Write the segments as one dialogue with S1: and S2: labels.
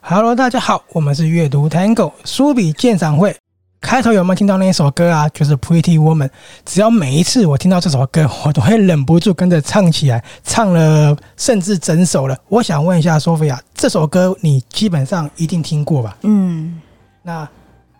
S1: Hello，大家好，我们是阅读 Tango 书笔鉴赏会。开头有没有听到那一首歌啊？就是《Pretty Woman》。只要每一次我听到这首歌，我都会忍不住跟着唱起来，唱了甚至整首了。我想问一下索菲亚，这首歌你基本上一定听过吧？
S2: 嗯，
S1: 那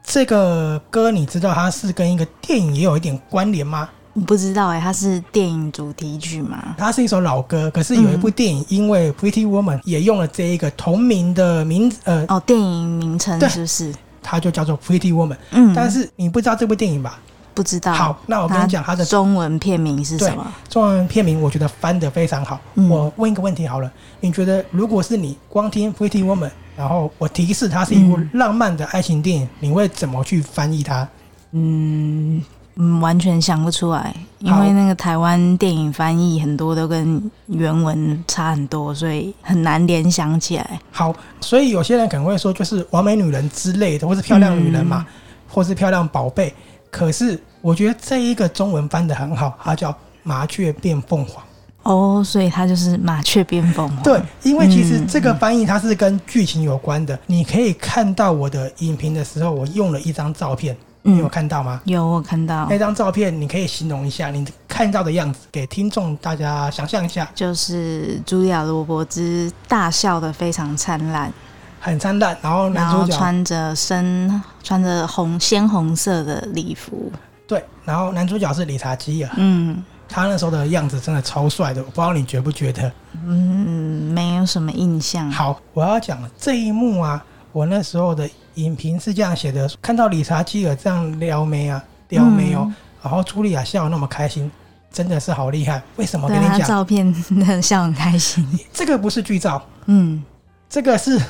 S1: 这个歌你知道它是跟一个电影也有一点关联吗？
S2: 不知道哎、它是电影主题曲吗？
S1: 它是一首老歌，可是有一部电影因为《Pretty Woman》也用了这一个同名的名字，呃，
S2: 哦，电影名称
S1: 对
S2: 是不是？
S1: 它就叫做《Pretty Woman》。
S2: 嗯，
S1: 但是你不知道这部电影吧？
S2: 不知道。
S1: 好，那我跟你讲它的
S2: 中文片名是
S1: 对
S2: 什么？
S1: 中文片名，我觉得翻得非常好。
S2: 嗯
S1: 我问一个问题好了，你觉得如果是你光听《Pretty Woman》，然后我提示它是一部
S2: 嗯
S1: 浪漫的爱情电影，你会怎么去翻译它？
S2: 嗯嗯，完全想不出来，因
S1: 好
S2: 为那个台湾电影翻译很多都跟原文差很多，所以很难联想起来。
S1: 好，所以有些人可能会说，就是完美女人之类的，或是漂亮女人嘛，
S2: 嗯
S1: 或是漂亮宝贝。可是我觉得这一个中文翻得很好，它叫麻雀变凤凰。
S2: 哦，所以它就是麻雀哦变凤凰。
S1: 对，因为其实
S2: 嗯
S1: 这个翻译它是跟剧情有关的。你可以看到我的影评的时候，我用了一张照片，你有
S2: 嗯，
S1: 看到吗？
S2: 有我看到
S1: 那，张照片你可以形容一下你看到的样子，给听众大家想象一下，
S2: 就是茱莉亚·罗伯兹大笑的非常灿烂，
S1: 很灿烂。然后
S2: 然
S1: 男
S2: 后
S1: 主角
S2: 穿着深穿着红鲜红色的礼服，
S1: 对，然后男主角是理查基尔，
S2: 嗯
S1: 他那时候的样子真的超帅的，我不知道你觉不觉得。
S2: 嗯，没有什么印象。
S1: 好，我要讲这一幕啊，我那时候的影评是这样写的：看到理查基尔这样撩妹啊，撩妹哦，
S2: 嗯
S1: 然后茱莉亚笑得那么开心，真的是好厉害。为什么？我
S2: 对啊
S1: 跟
S2: 他
S1: 你讲，
S2: 照片很笑很 开心，
S1: 这个不是剧照，
S2: 嗯，
S1: 这个是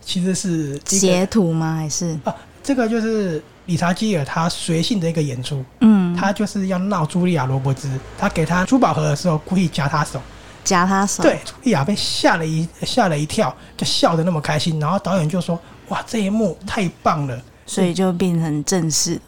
S1: 其实是一个
S2: 截图吗？还是
S1: 啊，这个就是理查基尔他随性的一个演出，
S2: 嗯，
S1: 他就是要闹茱莉亚罗伯兹，他给他珠宝盒的时候故意夹他手，
S2: 夹他手，
S1: 对，茱莉亚被吓了一吓了一跳，就笑得那么开心，然后导演就说：“哇，这一幕太棒了。”
S2: 所以就变成正式了。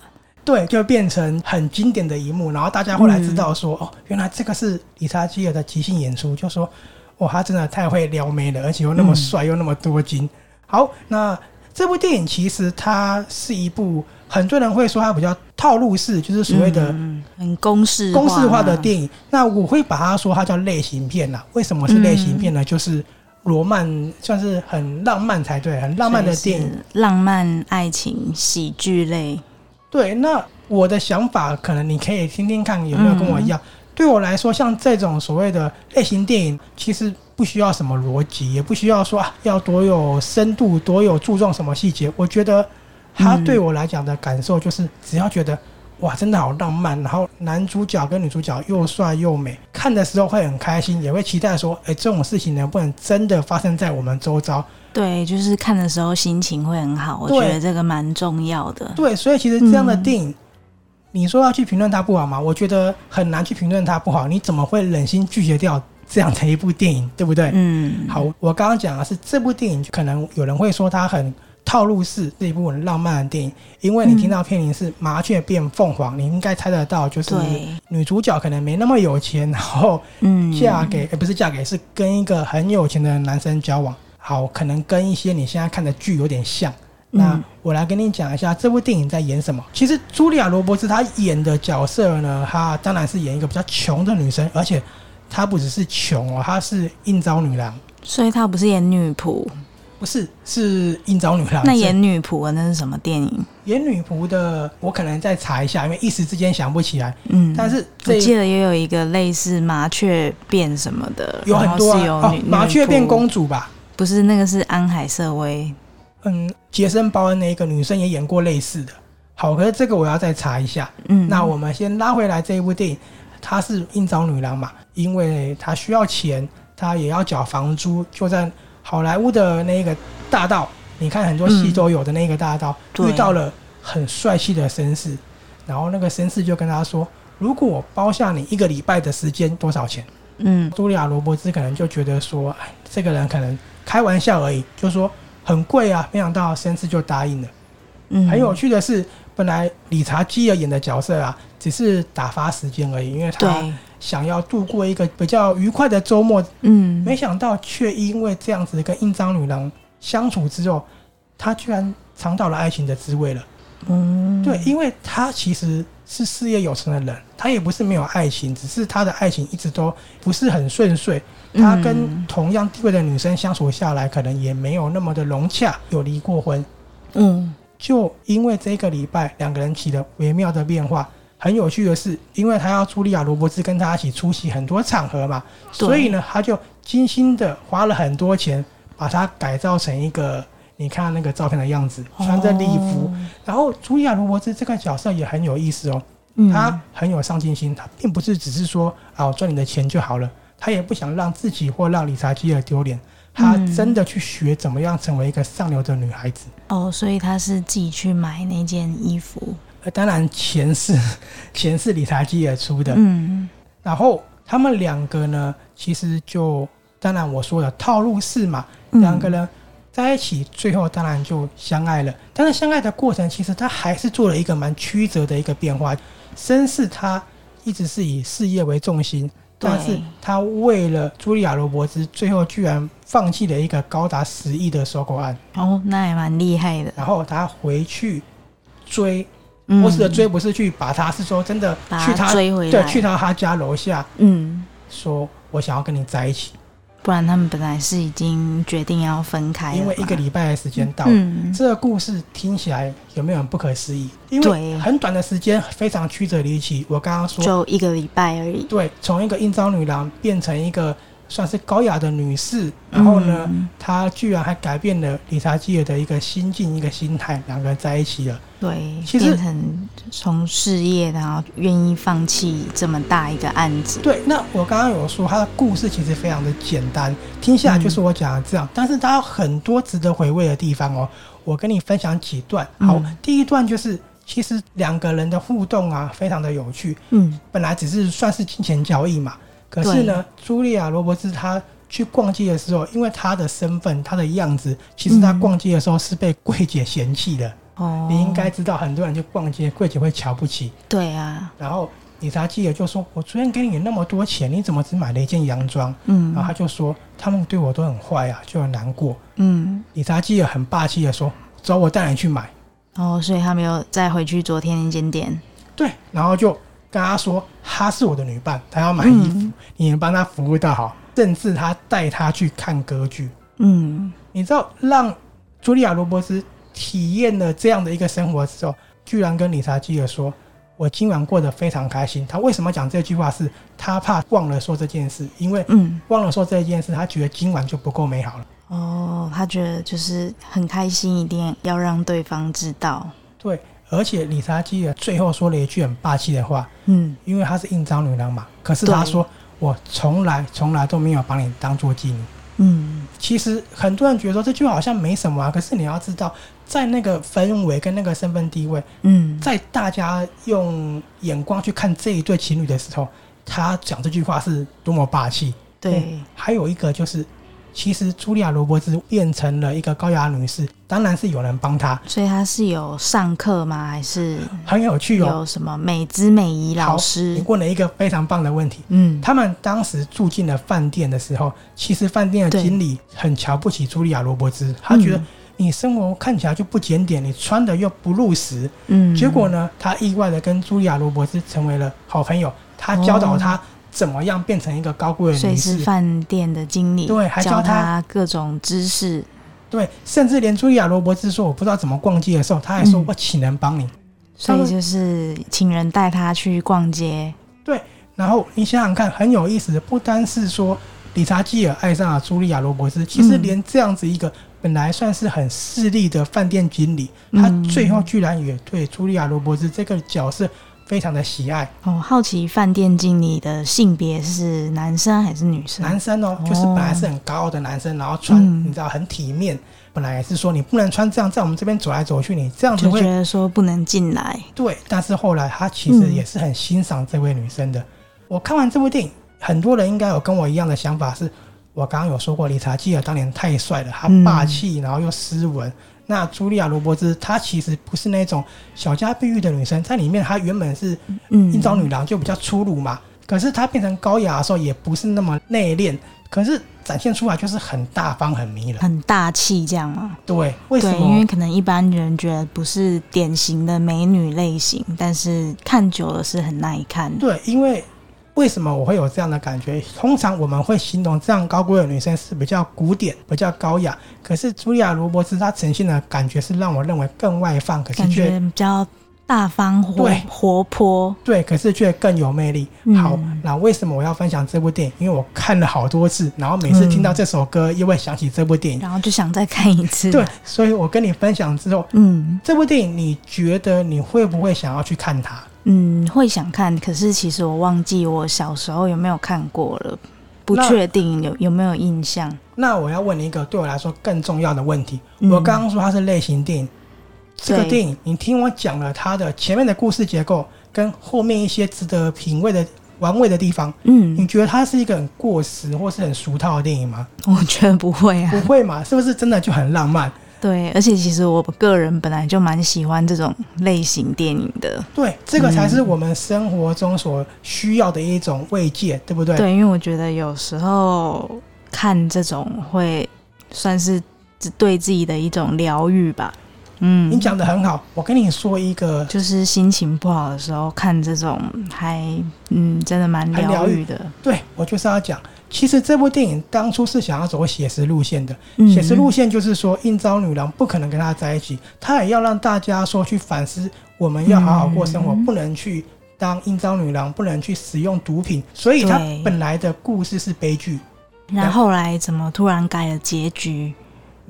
S1: 对，就变成很经典的一幕，然后大家后来知道
S2: 嗯
S1: 说，哦，原来这个是理查基尔的即兴演出，就说，哇，他真的太会撩妹了，而且又那么帅，又那么多金。好，那这部电影其实它是一部很多人会说它比较套路式，就是所谓的
S2: 嗯很公式
S1: 公式化的
S2: 嘛
S1: 电影。那我会把它说它叫类型片啦。为什么是类型片
S2: 嗯
S1: 呢？就是罗曼算是很浪漫才对，很浪漫的电影。，
S2: 是浪漫爱情喜剧类，
S1: 对，那我的想法可能你可以听听看有没有跟我一样。对我来说，像这种所谓的类型电影，其实不需要什么逻辑，也不需要说啊要多有深度，多有注重什么细节。我觉得它
S2: 嗯
S1: 对我来讲的感受就是，只要觉得哇真的好浪漫，然后男主角跟女主角又帅又美，看的时候会很开心，也会期待说，哎、这种事情能不能真的发生在我们周遭？
S2: 对，就是看的时候心情会很好，我
S1: 对
S2: 觉得这个蛮重要的。
S1: 对，所以其实这样的
S2: 嗯
S1: 电影，你说要去评论它不好吗？我觉得很难去评论它不好。你怎么会忍心拒绝掉这样的一部电影，对不对？
S2: 嗯，
S1: 好，我刚刚讲的是这部电影，可能有人会说它很套路式，是一部很浪漫的电影，因为你
S2: 嗯
S1: 听到片名是“麻雀变凤凰”，你应该猜得到，就是
S2: 对，
S1: 女主角可能没那么有钱，然后
S2: 嗯，
S1: 嫁给、呃不是嫁给，是跟一个很有钱的男生交往。好，可能跟一些你现在看的剧有点像。那
S2: 嗯
S1: 我来跟你讲一下这部电影在演什么。其实茱莉亚·罗伯兹她演的角色呢，她当然是演一个比较穷的女生，而且她不只是穷哦，她是应招女郎，
S2: 所以她不是演女仆，
S1: 不是是应招女郎。
S2: 那
S1: 是
S2: 演女仆的那是什么电影？
S1: 演女仆的，我可能再查一下，因为一时之间想不起来。
S2: 嗯，
S1: 但是
S2: 我
S1: 这
S2: 记得也有一个类似麻雀变什么的，
S1: 有很多、
S2: 然后
S1: 啊
S2: 是有
S1: 哦
S2: 女、，
S1: 麻雀变
S2: 女仆，
S1: 公主吧？
S2: 不是那个是安海瑟薇，
S1: 嗯，杰森·鲍恩的一个女生也演过类似的。好，可是这个我要再查一下。
S2: 嗯，
S1: 那我们先拉回来这一部电影，她是应招女郎嘛，因为她需要钱，她也要缴房租，就在好莱坞的那个大道，你看很多戏都有的那个大道，
S2: 嗯对
S1: 遇到了很帅气的绅士，然后那个绅士就跟她说：“如果我包下你一个礼拜的时间，多少钱？”
S2: 嗯
S1: 茱莉亚·罗伯兹可能就觉得说，哎，这个人可能开玩笑而已，就说很贵啊，没想到绅士就答应了。
S2: 嗯
S1: 很有趣的是，本来理查基尔演的角色啊，只是打发时间而已，因为他
S2: 对
S1: 想要度过一个比较愉快的周末，
S2: 嗯，
S1: 没想到却因为这样子跟印章女郎相处之后，他居然尝到了爱情的滋味了。
S2: 嗯，
S1: 对，因为他其实是事业有成的人，他也不是没有爱情，只是他的爱情一直都不是很顺遂。他跟
S2: 嗯
S1: 同样地位的女生相处下来，可能也没有那么的融洽，有离过婚。
S2: 嗯
S1: 就因为这个礼拜两个人起了微妙的变化。很有趣的是，因为他要茱莉亚·罗伯兹跟他一起出席很多场合嘛，
S2: 对
S1: 所以呢，他就精心的花了很多钱，把它改造成一个你看那个照片的样子，
S2: 哦
S1: 穿着礼服。然后茱莉亚·罗伯兹这个角色也很有意思哦，
S2: 嗯
S1: 她很有上进心，她并不是只是说啊我赚你的钱就好了，她也不想让自己或让理查基尔丢脸，她
S2: 嗯
S1: 真的去学怎么样成为一个上流的女孩子。
S2: 哦，所以他是自己去买那件衣服，
S1: 呃，当然钱 是钱是理查基尔出的，
S2: 嗯
S1: 然后他们两个呢，其实就当然我说的套路是嘛，
S2: 嗯
S1: 两个人在一起，最后当然就相爱了。但是相爱的过程，其实他还是做了一个蛮曲折的一个变化。绅士他一直是以事业为重心，
S2: 对
S1: 但是他为了茱莉亚·罗伯兹，最后居然放弃了一个高达十亿的收购案，
S2: 哦，那也蛮厉害的。
S1: 然后他回去追
S2: 嗯
S1: 我指的追不是去把他，是说真的
S2: 把
S1: 去
S2: 他
S1: 他
S2: 追回来，
S1: 对去到他家楼下
S2: 嗯，
S1: 说，我想要跟你在一起，
S2: 不然他们本来是已经决定要分开了吧，
S1: 因为一个礼拜的时间到了。
S2: 哎嗯，
S1: 这个故事听起来有没有很不可思议？因为
S2: 对
S1: 很短的时间，非常曲折离奇。我刚刚说，
S2: 就一个礼拜而已。
S1: 对，从一个应招女郎变成一个算是高雅的女士，然后呢，
S2: 嗯
S1: 她居然还改变了理查基尔的一个心境、一个心态，两个人在一起了。
S2: 对，
S1: 其实
S2: 变成从事业，然后愿意放弃这么大一个案子，
S1: 对，那我刚刚有说他的故事其实非常的简单，听下来就是我讲的这样，但是它有很多值得回味的地方哦。我跟你分享几段，好，
S2: 嗯
S1: 第一段就是其实两个人的互动啊，非常的有趣。
S2: 嗯
S1: 本来只是算是金钱交易嘛，可是呢，茱莉亚·罗伯兹她去逛街的时候，因为她的身份、她的样子，其实她
S2: 嗯
S1: 逛街的时候是被柜姐嫌弃的。
S2: 哦，
S1: 你应该知道，很多人去逛街，柜姐会瞧不起。
S2: 对啊，
S1: 然后理查基尔就说：“我昨天给你那么多钱，你怎么只买了一件洋装？”
S2: 嗯
S1: 然后他就说：“他们对我都很坏啊，就很难过。
S2: 嗯”
S1: 理查基尔很霸气的说：“走，我带你去买。
S2: 哦，所以他没有再回去昨天那间店，”
S1: 对，然后就跟他说：“她是我的女伴，她要买衣服，
S2: 嗯
S1: 你能帮她服务到好，甚至他带她去看歌剧。
S2: 嗯，”
S1: 你知道，让茱莉亚·罗伯兹体验了这样的一个生活之后，居然跟理查基尔说。我今晚过得非常开心。他为什么讲这句话是？他怕忘了说这件事，因 为
S2: 嗯，
S1: 忘了说这一件事，他觉得今晚就不够美好了。
S2: 哦，他觉得就是很开心，一定要让对方知道，
S1: 对，而且理查基尔最后说了一句很霸气的话，
S2: 嗯，
S1: 因为她是应招女郎嘛，可是她
S2: 对
S1: 说我从来从来都没有把你当做妓女。
S2: 嗯，
S1: 其实很多人觉得说这句话好像没什么啊，可是你要知道，在那个氛围跟那个身份地位，
S2: 嗯，
S1: 在大家用眼光去看这一对情侣的时候，他讲这句话是多么霸气。
S2: 对，
S1: 还有一个就是，其实茱莉亚·罗伯兹变成了一个高雅女士，当然是有人帮她，
S2: 所以他是有上课吗？还是
S1: 很有趣哦。
S2: 有什么美姿美仪老
S1: 好
S2: 师
S1: 你？问了一个非常棒的问题。
S2: 嗯，
S1: 他们当时住进了饭店的时候，其实饭店的
S2: 对
S1: 经理很瞧不起茱莉亚·罗伯兹，他觉得
S2: 嗯
S1: 你生活看起来就不检点，你穿的又不入时。
S2: 嗯，
S1: 结果呢，他意外的跟茱莉亚·罗伯兹成为了好朋友，他教导
S2: 哦
S1: 她怎么样变成一个高贵的
S2: 所
S1: 女
S2: 以
S1: 士，
S2: 是饭店的经理
S1: 对还教
S2: 教
S1: 他
S2: 他各种知识，
S1: 对，甚至连茱莉亚·罗伯兹说我不知道怎么逛街的时候，他还说
S2: 嗯
S1: 我岂能帮你？
S2: 所
S1: 他
S2: 以
S1: 们
S2: 就是请人带他去逛街。
S1: 然后你想想看，很有意思的，不单是说理查基尔爱上了茱莉亚·罗伯兹，其实
S2: 嗯
S1: 连这样子一个本来算是很势利的饭店经理，
S2: 嗯
S1: 他最后居然也对茱莉亚·罗伯兹这个角色非常的喜爱。
S2: 哦，好奇饭店经理的性别是男生还是女生？
S1: 男生哦，
S2: 哦
S1: 就是本来是很高傲的男生，然后穿、
S2: 嗯
S1: 你知道很体面，本来也是说你不能穿这样，在我们这边走来走去，你这样子
S2: 就觉
S1: 会
S2: 得说不能进来。
S1: 对。但是后来他其实
S2: 嗯
S1: 也是很欣赏这位女生的。我看完这部电影，很多人应该有跟我一样的想法是，我刚刚有说过，理查基啊尔当年太帅了，他
S2: 嗯
S1: 霸气，然后又斯文。那茱莉亚·罗伯兹，她其实不是那种小家碧玉的女生，在里面她原本是
S2: 嗯，
S1: 应招女郎，就比较粗鲁嘛。可是他变成高雅的时候也不是那么内敛，可是展现出来就是很大方、很迷人。
S2: 很大气这样吗？
S1: 对，为什
S2: 对，因为
S1: 么？
S2: 可能一般人觉得不是典型的美女类型，但是看久了是很耐看。
S1: 对，因为为什么我会有这样的感觉？通常我们会形容这样高贵的女生是比较古典、比较高雅，可是茱莉亚·罗伯茨她呈现的感觉是让我认为更外放，可是
S2: 感
S1: 却
S2: 觉比较大方活
S1: 对
S2: 活泼，
S1: 对，可是却更有魅力。
S2: 嗯
S1: 好，那为什么我要分享这部电影？因为我看了好多次，然后每次听到这首歌，又会想起这部电影。
S2: 然后就想再看一次。啊
S1: 对，，所以我跟你分享之后，
S2: 嗯
S1: 这部电影你觉得你会不会想要去看它？
S2: 嗯，会想看，可是其实我忘记我小时候有没有看过了，不
S1: 那
S2: 确定有有没有印象。
S1: 那我要问你一个对我来说更重要的问题。
S2: 嗯
S1: 我刚刚说它是类型电影，这个
S2: 对
S1: 电影你听我讲了它的前面的故事结构跟后面一些值得品味的玩味的地方，你
S2: 嗯，
S1: 觉得它是一个很过时或是很俗套的电影吗？
S2: 我觉得不会 啊
S1: 不。会嘛？是不是真的就很浪漫？
S2: 对，而且其实我个人本来就蛮喜欢这种类型电影的。
S1: 对，这个才是我们生活中所需要的一种慰藉，对不对？
S2: 对，因为我觉得有时候看这种会算是自对自己的一种疗愈吧。
S1: 你
S2: 嗯，
S1: 讲的很好，我跟你说一个，
S2: 就是心情不好的时候看这种还，嗯，真的蛮
S1: 还疗
S2: 疗
S1: 愈
S2: 愈的。
S1: 对我就是要讲，其实这部电影当初是想要走写实路线的，
S2: 嗯
S1: 写实路线就是说，应招女郎不可能跟他在一起，他也要让大家说去反思，我们要好好过生活，
S2: 嗯
S1: 不能去当应招女郎，不能去使用毒品，所以他
S2: 对
S1: 本来的故事是悲剧。
S2: 然后后来怎么突然改了结局？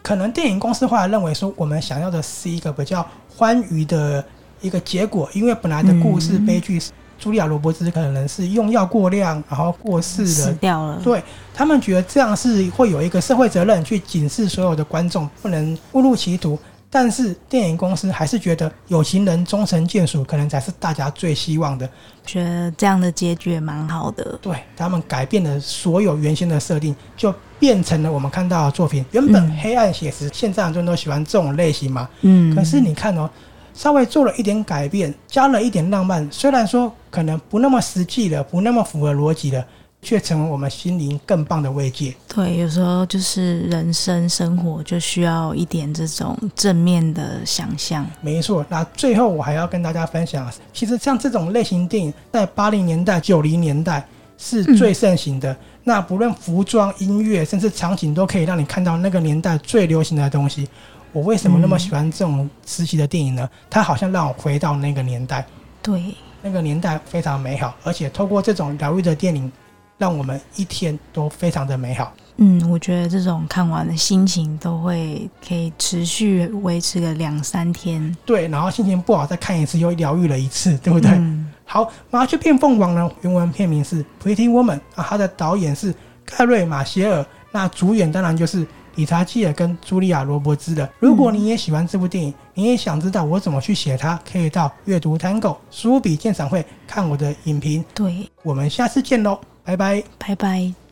S1: 可能电影公司后来认为说，我们想要的是一个比较欢愉的一个结果，因为本来的故事
S2: 嗯
S1: 悲剧，茱莉亚·罗伯兹可能是用药过量，然后过世
S2: 死
S1: 的。
S2: 掉了。
S1: 对他们觉得这样是会有一个社会责任去警示所有的观众不能误入歧途，但是电影公司还是觉得有情人终成眷属，可能才是大家最希望的。
S2: 觉得这样的结局也蛮好的。
S1: 对他们改变了所有原先的设定，就变成了我们看到的作品。原本
S2: 嗯
S1: 黑暗写实，现在很多人都喜欢这种类型嘛，
S2: 嗯，
S1: 可是你看哦，稍微做了一点改变，加了一点浪漫，虽然说可能不那么实际了，不那么符合逻辑了，却成为我们心灵更棒的慰藉。
S2: 对，有时候就是人生生活就需要一点这种正面的想象。
S1: 没错，那最后我还要跟大家分享，其实像这种类型电影，在八零年代、九零年代是最盛行的。那不论服装、音乐，甚至场景，都可以让你看到那个年代最流行的东西。我为什么那么喜欢这种时期的电影呢？它好像让我回到那个年代。
S2: 对，
S1: 那个年代非常美好，而且透过这种疗愈的电影，让我们一天都非常的美好。
S2: 嗯，我觉得这种看完的心情都会可以持续维持个两三天。
S1: 对，然后心情不好再看一次，又疗愈了一次，对不对？
S2: 嗯
S1: 好，麻雀变凤凰呢，原文片名是《Pretty Woman》，啊，它的导演是盖瑞·马歇尔，那主演当然就是理查基尔跟茱莉亚·罗伯兹了。如果你也喜欢这部电影，你也想知道我怎么去写它，可以到阅读 Tango 书笔鉴赏会看我的影评。
S2: 对，
S1: 我们下次见喽，拜拜。
S2: 拜拜。